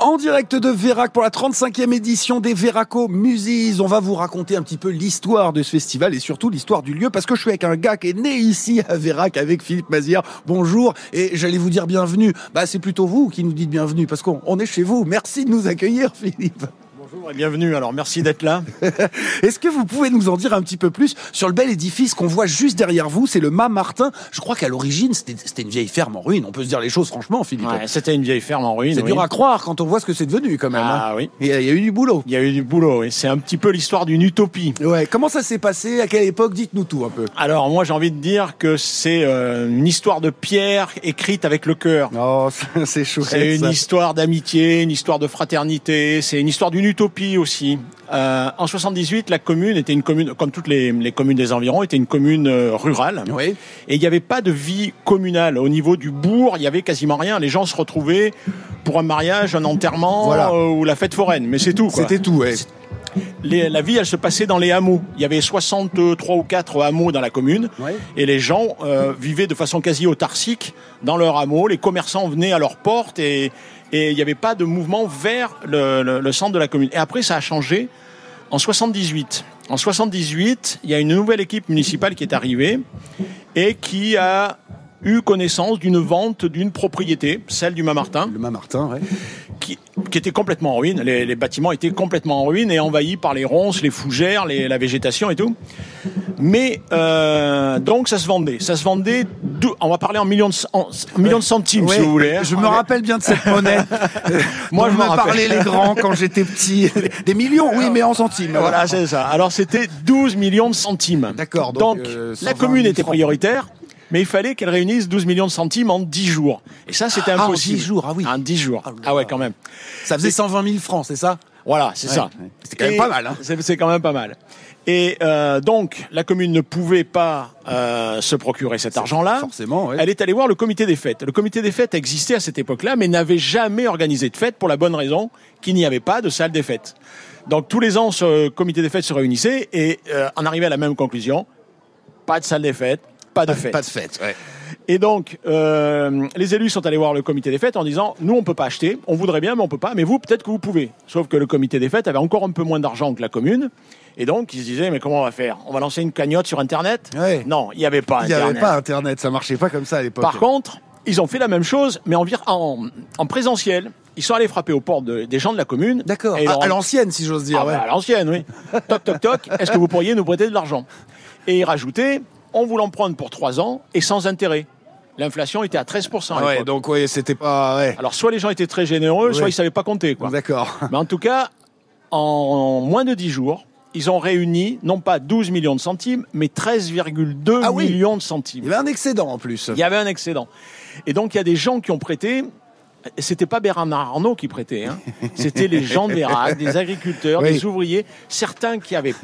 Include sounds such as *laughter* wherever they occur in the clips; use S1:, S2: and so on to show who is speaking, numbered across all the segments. S1: En direct de Vérac pour la 35e édition des Véraco Musis. On va vous raconter un petit peu l'histoire de ce festival et surtout l'histoire du lieu parce que je suis avec un gars qui est né ici à Vérac avec Philippe Mazière. Bonjour et j'allais vous dire bienvenue. Bah, c'est plutôt vous qui nous dites bienvenue parce qu'on on est chez vous. Merci de nous accueillir, *laughs* Philippe.
S2: Bonjour et bienvenue. Alors, merci d'être là.
S1: Est-ce que vous pouvez nous en dire un petit peu plus sur le bel édifice qu'on voit juste derrière vous C'est le Mât Martin. Je crois qu'à l'origine, c'était c'était une vieille ferme en ruine. On peut se dire les choses franchement, Philippe.
S2: Ouais, C'était une vieille ferme en ruine.
S1: C'est
S2: oui.
S1: dur à croire quand on voit ce que c'est devenu quand même.
S2: Ah
S1: hein.
S2: oui.
S1: Il y a- il y a eu du boulot.
S2: Il y a eu du boulot et c'est un petit peu l'histoire d'une utopie.
S1: Ouais, comment ça s'est passé À quelle époque Dites-nous tout un peu.
S2: Alors, moi, j'ai envie de dire que c'est euh, une histoire de pierre écrite avec le cœur.
S1: Oh, c'est chouette.
S2: *laughs* C'est une histoire d'amitié, une histoire de fraternité, c'est une histoire d'une utopie aussi. Euh, en 78, la commune était une commune, comme toutes les, les communes des environs, était une commune euh, rurale.
S1: Oui.
S2: Et il n'y avait pas de vie communale. Au niveau du bourg, il y avait quasiment rien. Les gens se retrouvaient pour un mariage, un enterrement
S1: Voilà.
S2: euh, ou la fête foraine. Mais c'est tout. quoi.
S1: C'était tout, ouais.
S2: Les- la vie, elle se passait dans les hameaux. Il y avait 63 ou 4 hameaux dans la commune.
S1: Ouais.
S2: Et les gens euh, vivaient de façon quasi autarcique dans leur hameau. Les commerçants venaient à leur porte et, et il n'y avait pas de mouvement vers le, le- le centre de la commune. Et après, ça a changé en 78. En 78, il y a une nouvelle équipe municipale qui est arrivée et qui a eu connaissance d'une vente d'une propriété, celle du Mât-Martin
S1: Le Mât Martin, ouais.
S2: qui, qui était complètement en ruine. Les, les bâtiments étaient complètement en ruine et envahis par les ronces, les fougères, les- la végétation et tout. Mais euh, donc ça se vendait. Ça se vendait. dou- On va parler en millions de, cen- en millions de centimes si vous voulez. hein.
S1: Je me rappelle bien de cette monnaie.
S2: *laughs* Moi, je
S1: me
S2: m'en rappelle.
S1: parlais les grands quand j'étais
S2: *laughs*
S1: petit. Des millions, oui, mais en centimes.
S2: Voilà, c'est ça. Alors c'était 12 millions de centimes.
S1: D'accord, donc,
S2: Donc,
S1: euh, 120
S2: la
S1: 000
S2: commune était
S1: francs.
S2: prioritaire, mais il fallait qu'elle réunisse 12 millions de centimes en 10 jours. Et ça, c'était
S1: Ah, en
S2: impossible.
S1: 10 jours, ah oui.
S2: En 10 jours.
S1: Ah
S2: Ah,
S1: là
S2: ouais,
S1: là.
S2: quand même.
S1: Ça faisait 120 000 francs, c'est ça
S2: Voilà, c'est
S1: Ouais,
S2: ça.
S1: ouais. C'est quand même
S2: Et
S1: pas mal, hein.
S2: C'est c'est quand même pas mal. Et euh, donc, la commune ne pouvait pas euh, se procurer cet argent-là.
S1: forcément, ouais.
S2: Elle est allée voir le comité des fêtes. Le comité des fêtes existait à cette époque-là, mais n'avait jamais organisé de fête pour la bonne raison qu'il n'y avait pas de salle des fêtes. Donc, tous les ans, ce comité des fêtes se réunissait et euh, en arrivait à la même conclusion. Pas de salle des fêtes, pas de fête.
S1: Pas de fête, ouais.
S2: Et donc, euh, les élus sont allés voir le comité des fêtes en disant Nous, on peut pas acheter, on voudrait bien, mais on peut pas, mais vous, peut-être que vous pouvez. Sauf que le comité des fêtes avait encore un peu moins d'argent que la commune. Et donc, ils se disaient Mais comment on va faire On va lancer une cagnotte sur Internet
S1: Ouais.
S2: Non, il n'y avait pas
S1: Il n'y
S2: Internet.
S1: avait pas Internet, ça marchait pas comme ça à l'époque.
S2: Par contre, ils ont fait la même chose, mais en, vir- en, en présentiel. Ils sont allés frapper aux portes de- des gens de la commune.
S1: D'accord, Ah,
S2: Et ils
S1: à,
S2: leur ont-
S1: à l'ancienne, si j'ose dire.
S2: ah
S1: ouais.
S2: bah, à l'ancienne, oui. *laughs* toc, toc, toc, est-ce que vous pourriez nous prêter de l'argent Et il rajoutait, on vous l'en prend pour 3 ans et sans intérêt. L'inflation était à 13% à
S1: Ah ouais,
S2: l'époque.
S1: donc, ouais, c'était pas. Ouais.
S2: Alors, soit les gens étaient très généreux, soit
S1: Ouais.
S2: ils savaient pas compter. Quoi.
S1: D'accord.
S2: Mais en tout cas, en moins de 10 jours, ils ont réuni, non pas 12 millions de centimes, mais 13,2
S1: Ah oui.
S2: millions de
S1: Il
S2: centimes.
S1: y avait un excédent en plus.
S2: Il y avait un excédent. Et donc, il y a des gens qui ont prêté. C'était pas Bernard Arnault qui prêtait, hein. c'était les gens de Vérac, des agriculteurs,
S1: Oui.
S2: des ouvriers. Certains qui avaient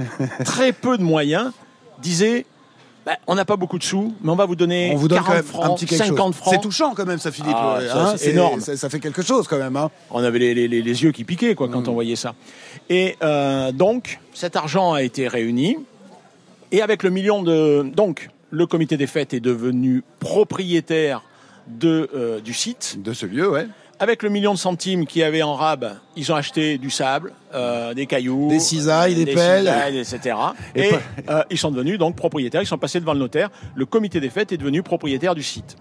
S2: très peu de moyens disaient Bah, On n'a pas beaucoup de sous, mais on va vous donner
S1: On vous donne
S2: 40
S1: quand même
S2: francs,
S1: un petit quelque
S2: 50
S1: chose.
S2: francs.
S1: C'est touchant quand même, ça, Philippe.
S2: Ah,
S1: ouais,
S2: ça,
S1: hein,
S2: c'est énorme.
S1: Ça, ça fait quelque chose quand même. Hein.
S2: On avait les, les- les- les yeux qui piquaient quoi,
S1: Mm.
S2: quand on voyait ça. Et euh, donc, cet argent a été réuni. Et avec le million de. Donc, le comité des fêtes est devenu propriétaire de, euh, du site.
S1: De ce lieu, ouais.
S2: Avec le million de centimes qu'il y avait en rab, ils ont acheté du sable, euh, des cailloux,
S1: Des cisailles, des pelles.
S2: cisailles, etc.
S1: Et
S2: Et,
S1: pas-
S2: euh, ils sont devenus donc propriétaires. Ils sont passés devant le notaire. Le comité des fêtes est devenu propriétaire du site.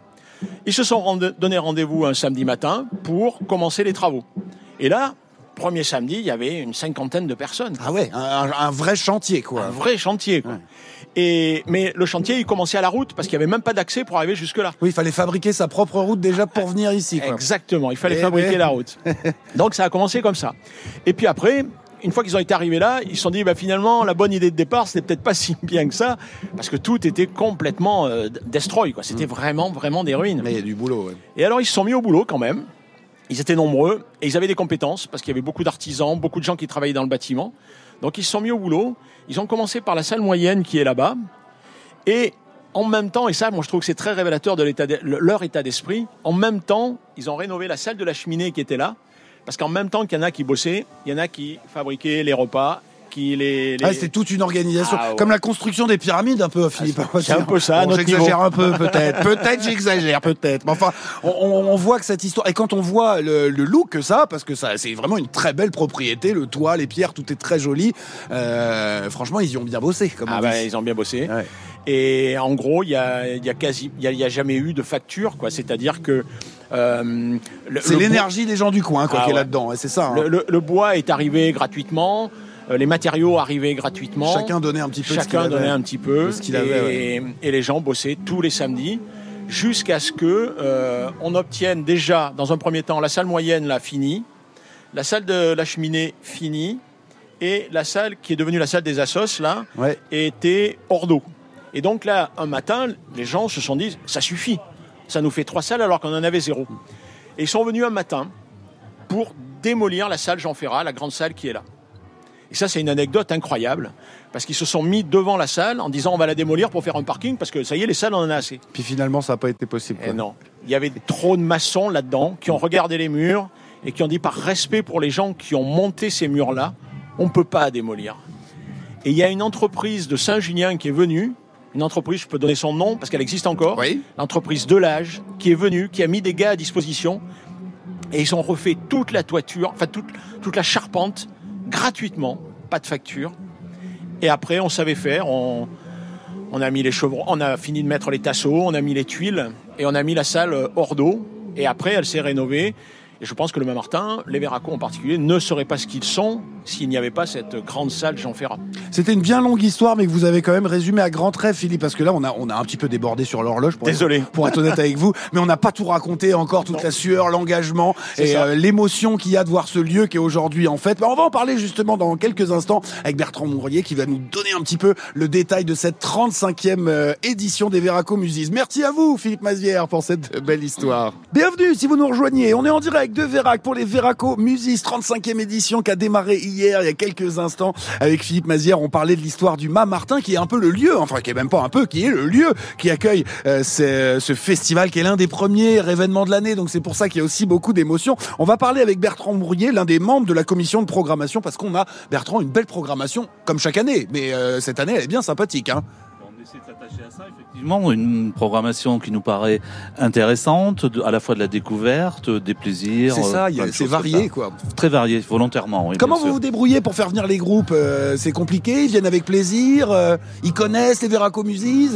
S2: Ils se sont rende- donné rendez-vous un samedi matin pour commencer les travaux. Et là, premier samedi, il y avait une cinquantaine de personnes.
S1: Ah ouais, un, un- un vrai chantier, quoi.
S2: Un vrai chantier. quoi. Et mais le chantier, il commençait à la route parce qu'il n'y avait même pas d'accès pour arriver jusque là.
S1: Oui, il fallait fabriquer sa propre route déjà pour venir ici. Quoi.
S2: Exactement, il fallait
S1: Eh
S2: fabriquer
S1: ouais. *laughs*
S2: la route. Donc ça a commencé comme ça. Et puis après, une fois qu'ils ont été arrivés là, ils se sont dit bah, finalement la bonne idée de départ, c'était peut-être pas si *laughs* bien que ça, parce que tout était complètement euh, destroy, quoi. C'était vraiment, vraiment des ruines.
S1: Mm. Mais il y a du boulot, ouais.
S2: Et alors ils se sont mis au boulot quand même. Ils étaient nombreux et ils avaient des compétences parce qu'il y avait beaucoup d'artisans, beaucoup de gens qui travaillaient dans le bâtiment. Donc ils se sont mis au boulot. Ils ont commencé par la salle moyenne qui est là-bas. Et en même temps, et ça, moi je trouve que c'est très révélateur de, l'état de- le- leur état d'esprit, en même temps, ils ont rénové la salle de la cheminée qui était là. Parce qu'en même temps qu'il y en a qui bossaient, il y en a qui fabriquaient les repas, qui les. les-
S1: Ah, c'est toute une organisation.
S2: Ah, ouais.
S1: Comme la construction des pyramides, Ah, un peu, Philippe. hein, on va
S2: c'est un
S1: dire.
S2: peu ça, à
S1: Bon,
S2: notre
S1: J'exagère un *laughs* peu, peut-être. peut-être j'exagère, peut-être. Mais enfin, on, on- on voit que cette histoire. Et quand on voit le, le look que ça, a, parce que ça, c'est vraiment une très belle propriété, le toit, les pierres, tout est très joli. Euh, franchement, ils y ont bien bossé, comme
S2: Ah
S1: on
S2: bah,
S1: dit.
S2: ils ont bien bossé.
S1: Ouais.
S2: Et en gros, il y a, il y a quasi, il y a, il y a jamais eu de facture, quoi. C'est-à-dire que euh, le-
S1: C'est
S2: le
S1: l'énergie des gens du coin, quoi,
S2: Ah,
S1: qui est
S2: ouais.
S1: là-dedans. Et c'est ça. hein.
S2: bois- Le, le- le bois est arrivé gratuitement, euh, les matériaux arrivaient gratuitement.
S1: Chacun donnait un petit peu de ce qu'il
S2: Chacun
S1: avait.
S2: donnait un petit peu.
S1: de ce qu'il
S2: et,
S1: avait,
S2: et les gens bossaient tous les samedis jusqu'à ce que euh, on obtienne déjà, dans un premier temps, la salle moyenne là finie, la salle de la cheminée finie, et la salle qui est devenue la salle des assos là
S1: Ouais.
S2: était hors d'eau. Et donc là, un matin, les gens se sont dit ça suffit, ça nous fait trois salles alors qu'on en avait zéro. Et ils sont venus un matin pour démolir la salle Jean Ferrat, la grande salle qui est là. Et ça, c'est une anecdote incroyable, parce qu'ils se sont mis devant la salle en disant on va la démolir pour faire un parking, parce que ça y est, les salles, on en a assez.
S1: Puis finalement, ça n'a pas été possible.
S2: Et
S1: quoi.
S2: non, il y avait trop de maçons là-dedans qui ont regardé les murs et qui ont dit par respect pour les gens qui ont monté ces murs-là, on ne peut pas démolir. Et il y a une entreprise de Saint-Junien qui est venue, une entreprise, je peux donner son nom parce qu'elle existe encore,
S1: Oui.
S2: l'entreprise Delage, qui est venue, qui a mis des gars à disposition, et ils ont refait toute la toiture, enfin toute, toute la charpente, gratuitement, pas de facture. Et après, on savait faire, on, on a mis les chevrons, on a fini de mettre les tasseaux, on a mis les tuiles, et on a mis la salle euh, hors d'eau, et après, elle s'est rénovée. Et je pense que le Martin, les Verracos en particulier, ne seraient pas ce qu'ils sont s'il n'y avait pas cette grande salle Jean Ferrat.
S1: C'était une bien longue histoire, mais que vous avez quand même résumé à grands traits, Philippe, parce que là, on a, on a un petit peu débordé sur l'horloge. Pour
S2: Désolé.
S1: Être, pour être honnête avec vous, mais on n'a pas tout raconté encore, toute la sueur, l'engagement
S2: C'est
S1: et
S2: ça.
S1: euh, l'émotion qu'il y a de voir ce lieu qui est aujourd'hui en fait. Bah, on va en parler justement dans quelques instants avec Bertrand Mourlier qui va nous donner un petit peu le détail de cette 35e euh, édition des Veracos Musis. Merci à vous, Philippe Mazière, pour cette belle histoire. Bienvenue si vous nous rejoignez. On est en direct de Vérac pour les Veracos Musis, 35e édition qui a démarré hier, il y a quelques instants. Avec Philippe Mazière, on parlait de l'histoire du Mât Martin qui est un peu le lieu, enfin qui est même pas un peu, qui est le lieu qui accueille euh, ce, ce festival qui est l'un des premiers événements de l'année. Donc c'est pour ça qu'il y a aussi beaucoup d'émotions. On va parler avec Bertrand Mourier, l'un des membres de la commission de programmation, parce qu'on a, Bertrand, une belle programmation, comme chaque année. Mais euh, cette année, elle est bien sympathique. Hein.
S3: On essaie de s'attacher à ça, effectivement, une programmation qui nous paraît intéressante, de- à la fois de la découverte, des plaisirs.
S1: C'est
S3: euh,
S1: ça, il y a-
S3: plein de
S1: c'est
S3: choses comme
S1: varié. quoi.
S3: ça. Très varié, volontairement. oui,
S1: Comment
S3: bien
S1: vous vous
S3: sûr.
S1: débrouillez pour faire venir les groupes Euh, C'est compliqué, ils viennent avec plaisir, euh, ils connaissent les Veraco Musis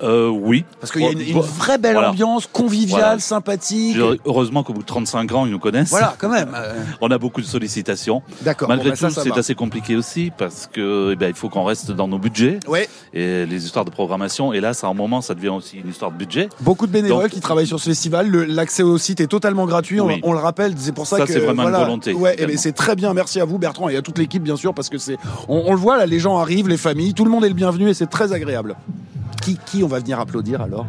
S3: Euh, Oui.
S1: Parce qu'il y a une, une
S3: Bon,
S1: vraie belle
S3: voilà.
S1: ambiance, conviviale,
S3: Voilà.
S1: sympathique.
S3: je dirais, Heureusement qu'au bout de 35 ans, ils nous connaissent.
S1: Voilà, quand même. euh,
S3: *laughs* On a beaucoup de sollicitations.
S1: D'accord. bon,
S3: Malgré
S1: bah,
S3: tout,
S1: ça, ça
S3: c'est
S1: va.
S3: assez compliqué aussi parce que eh ben, il faut qu'on reste dans nos budgets
S1: Ouais,
S3: et les histoires de programmation. Et là, ça, à un moment, ça devient aussi une histoire de budget.
S1: beaucoup de bénévoles
S3: Donc-
S1: qui travaillent sur ce festival. Le- L'accès au site est totalement gratuit. on-
S3: Oui.
S1: On, le rappelle, c'est pour ça,
S3: Ça,
S1: que
S3: c'est vraiment une
S1: voilà.
S3: volonté,
S1: Ouais, eh ben,
S3: également.
S1: c'est très bien. Merci à vous, Bertrand, et à toute l'équipe, bien sûr, parce que c'est. On, on le voit là, les gens arrivent, les familles, tout le monde est le bienvenu et c'est très agréable. Qui, qui on va venir applaudir alors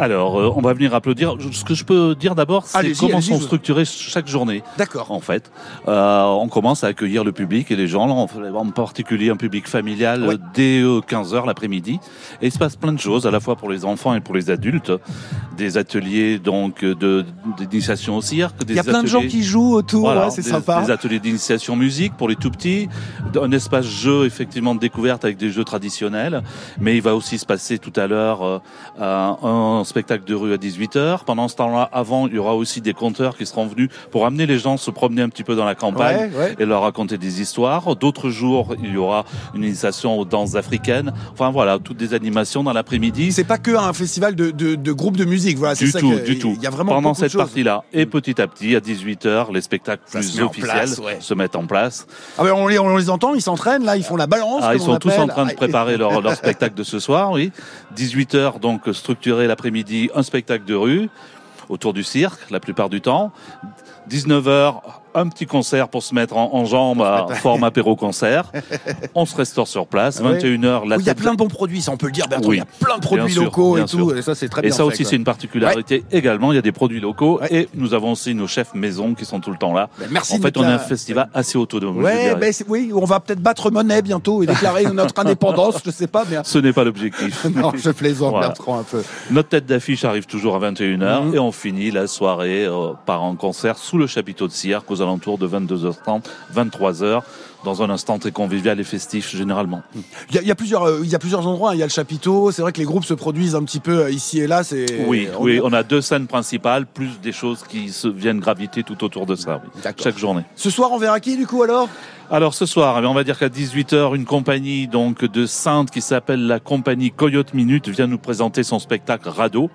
S3: Alors, euh, on va venir applaudir. Je- Ce que je peux dire d'abord, c'est
S1: Allez-y,
S3: comment
S1: allez-y,
S3: sont
S1: je-
S3: structurées chaque journée.
S1: D'accord.
S3: en fait. Euh, on commence à accueillir le public et les gens, là, en en particulier un public familial,
S1: Ouais.
S3: euh, dès 15h l'après-midi. Et il se passe plein de choses, à la fois pour les enfants et pour les adultes. Des ateliers donc euh, de d'initiation au cirque.
S1: Il y a plein de gens qui jouent autour, ouais, c'est
S3: des,
S1: sympa.
S3: des ateliers d'initiation musique pour les tout petits, un espace jeu effectivement de découverte avec des jeux traditionnels, mais il va aussi se passer tout à l'heure euh, un, un spectacle de rue à 18h. Pendant ce temps-là, avant, il y aura aussi des conteurs qui seront venus pour amener les gens se promener un petit peu dans la campagne
S1: Ouais, ouais.
S3: et leur raconter des histoires. D'autres jours, il y aura une initiation aux danses africaines. Enfin voilà, toutes des animations dans l'après-midi.
S1: C'est pas que un festival de, de, de groupes de musique, voilà. Ah, c'est
S3: Du
S1: ça
S3: tout,
S1: que-
S3: du tout.
S1: Il y a vraiment
S3: Pendant
S1: beaucoup de
S3: cette
S1: choses.
S3: partie-là, et petit à petit, à 18h, les spectacles
S1: Ça se
S3: plus
S1: met en
S3: officiels
S1: place, ouais.
S3: se mettent en place.
S1: Ah ben, on les on les entend, ils s'entraînent là, ils font la balance.
S3: Ah, ils
S1: comme on
S3: sont tous en
S1: appelle.
S3: train de
S1: Ah,
S3: préparer leur, leur spectacle de ce soir, oui. 18h, donc structuré l'après-midi, un spectacle de rue autour du cirque la plupart du temps. 19h, un petit concert pour se mettre en, en
S1: *laughs*
S3: jambes, à forme apéro-concert. On se restaure sur place.
S1: Ouais.
S3: 21h, la
S1: Ah Oui, il y a
S3: tête-
S1: plein de bons produits, ça on peut le dire, Bertrand.
S3: Oui.
S1: Il y a plein de produits
S3: sûr,
S1: locaux
S3: bien
S1: et tout,
S3: sûr.
S1: et ça c'est très
S3: Et
S1: bien.
S3: ça
S1: fait,
S3: aussi,
S1: quoi.
S3: c'est une particularité également. Il y a des produits locaux
S1: Ouais.
S3: et nous avons aussi nos chefs maison qui sont tout le temps là.
S1: Ben, merci
S3: en
S1: de
S3: fait,
S1: nous
S3: on a
S1: la-
S3: un festival assez autonome. je
S1: Ouais,
S3: dirais.
S1: ben c'est- oui, on va peut-être battre monnaie bientôt et
S3: *laughs*
S1: déclarer notre indépendance, je sais pas, mais
S3: Ce n'est pas l'objectif.
S1: *laughs* non, je plaisante
S3: Voilà.
S1: Bertrand un peu.
S3: Notre tête d'affiche arrive toujours à 21h
S1: Mhm.
S3: et on finit la soirée euh, par un concert sous le chapiteau de cirque aux alentours de 22h30, 23h, dans un instant très convivial et festif généralement.
S1: Il y, a- il y a plusieurs, euh, il y a plusieurs endroits. hein. Il y a le chapiteau. C'est vrai que les groupes se produisent un petit peu euh, ici et là. C'est
S3: oui,
S1: on-
S3: oui, on a deux scènes principales, plus des choses qui se viennent graviter tout autour de ça, oui.
S1: D'accord.
S3: chaque journée.
S1: Ce soir, on verra qui du coup alors
S3: Alors ce soir, eh bien, on va dire qu'à 18h, une compagnie donc de Sainte qui s'appelle la compagnie Coyote Minute vient nous présenter son spectacle Radeau.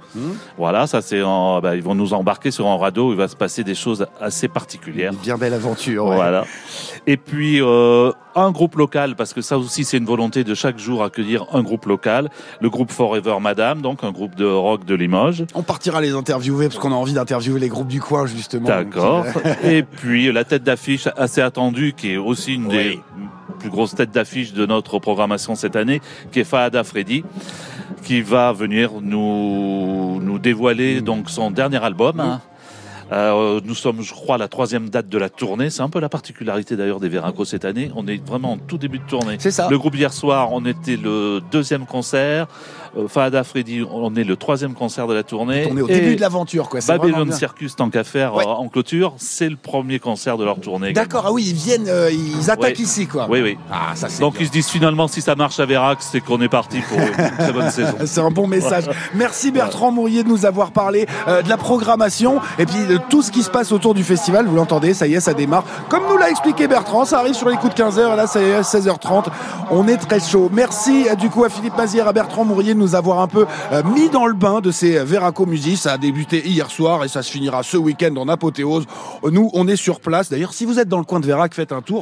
S3: Voilà, ça c'est en- bah, ils vont nous embarquer sur un radeau, il va se passer des choses assez particulières.
S4: Bien belle aventure. ouais.
S3: Voilà. Et puis euh, un groupe local, parce que ça aussi c'est une volonté de chaque jour accueillir un groupe local. Le groupe Forever Madame, donc un groupe de rock de Limoges.
S1: On partira les interviewer parce qu'on a envie d'interviewer les groupes du coin justement.
S3: D'accord. Et puis la tête d'affiche assez attendue, qui est aussi une des plus grosses têtes d'affiche de notre programmation cette année, qui est Fahada Freddy, qui va venir nous, nous dévoiler donc son dernier album. hein. Euh, nous sommes, je crois, à la troisième date de la tournée. C'est un peu la particularité d'ailleurs des Veracruz cette année. On est vraiment en tout début de tournée.
S1: C'est ça.
S3: Le groupe hier soir, on était le deuxième concert. Euh, Fahada Freddy, on est le troisième concert de la tournée.
S1: On est au
S3: Et-
S1: début de l'aventure quoi. c'est vraiment
S3: Babylon
S1: bien.
S3: Circus, tant qu'à faire,
S1: Ouais.
S3: euh, en clôture, c'est le premier concert de leur tournée.
S1: D'accord. Ah oui, ils viennent, euh, ils attaquent
S3: Ouais.
S1: ici quoi.
S3: Oui, oui.
S1: Ah ça c'est.
S3: Donc
S1: bien.
S3: ils se disent finalement, si ça marche à Vérac, c'est qu'on est parti pour une
S1: *laughs*
S3: très bonne saison.
S1: C'est un bon message. Merci Bertrand Mourier de nous avoir parlé euh, de la programmation et puis de tout ce qui se passe autour du festival. Vous l'entendez, ça y est, ça démarre. Comme nous l'a expliqué Bertrand, ça arrive sur les coups de 15h, là ça y est, 16h30. On est très chaud. Merci euh, du coup à Philippe Mazière, à Bertrand Mourier de nous avoir un peu euh, mis dans le bain de ces euh, Veraco Music. Ça a débuté hier soir et ça se finira ce week-end en apothéose. Nous, on est sur place. D'ailleurs, si vous êtes dans le coin de Vérac, faites un tour.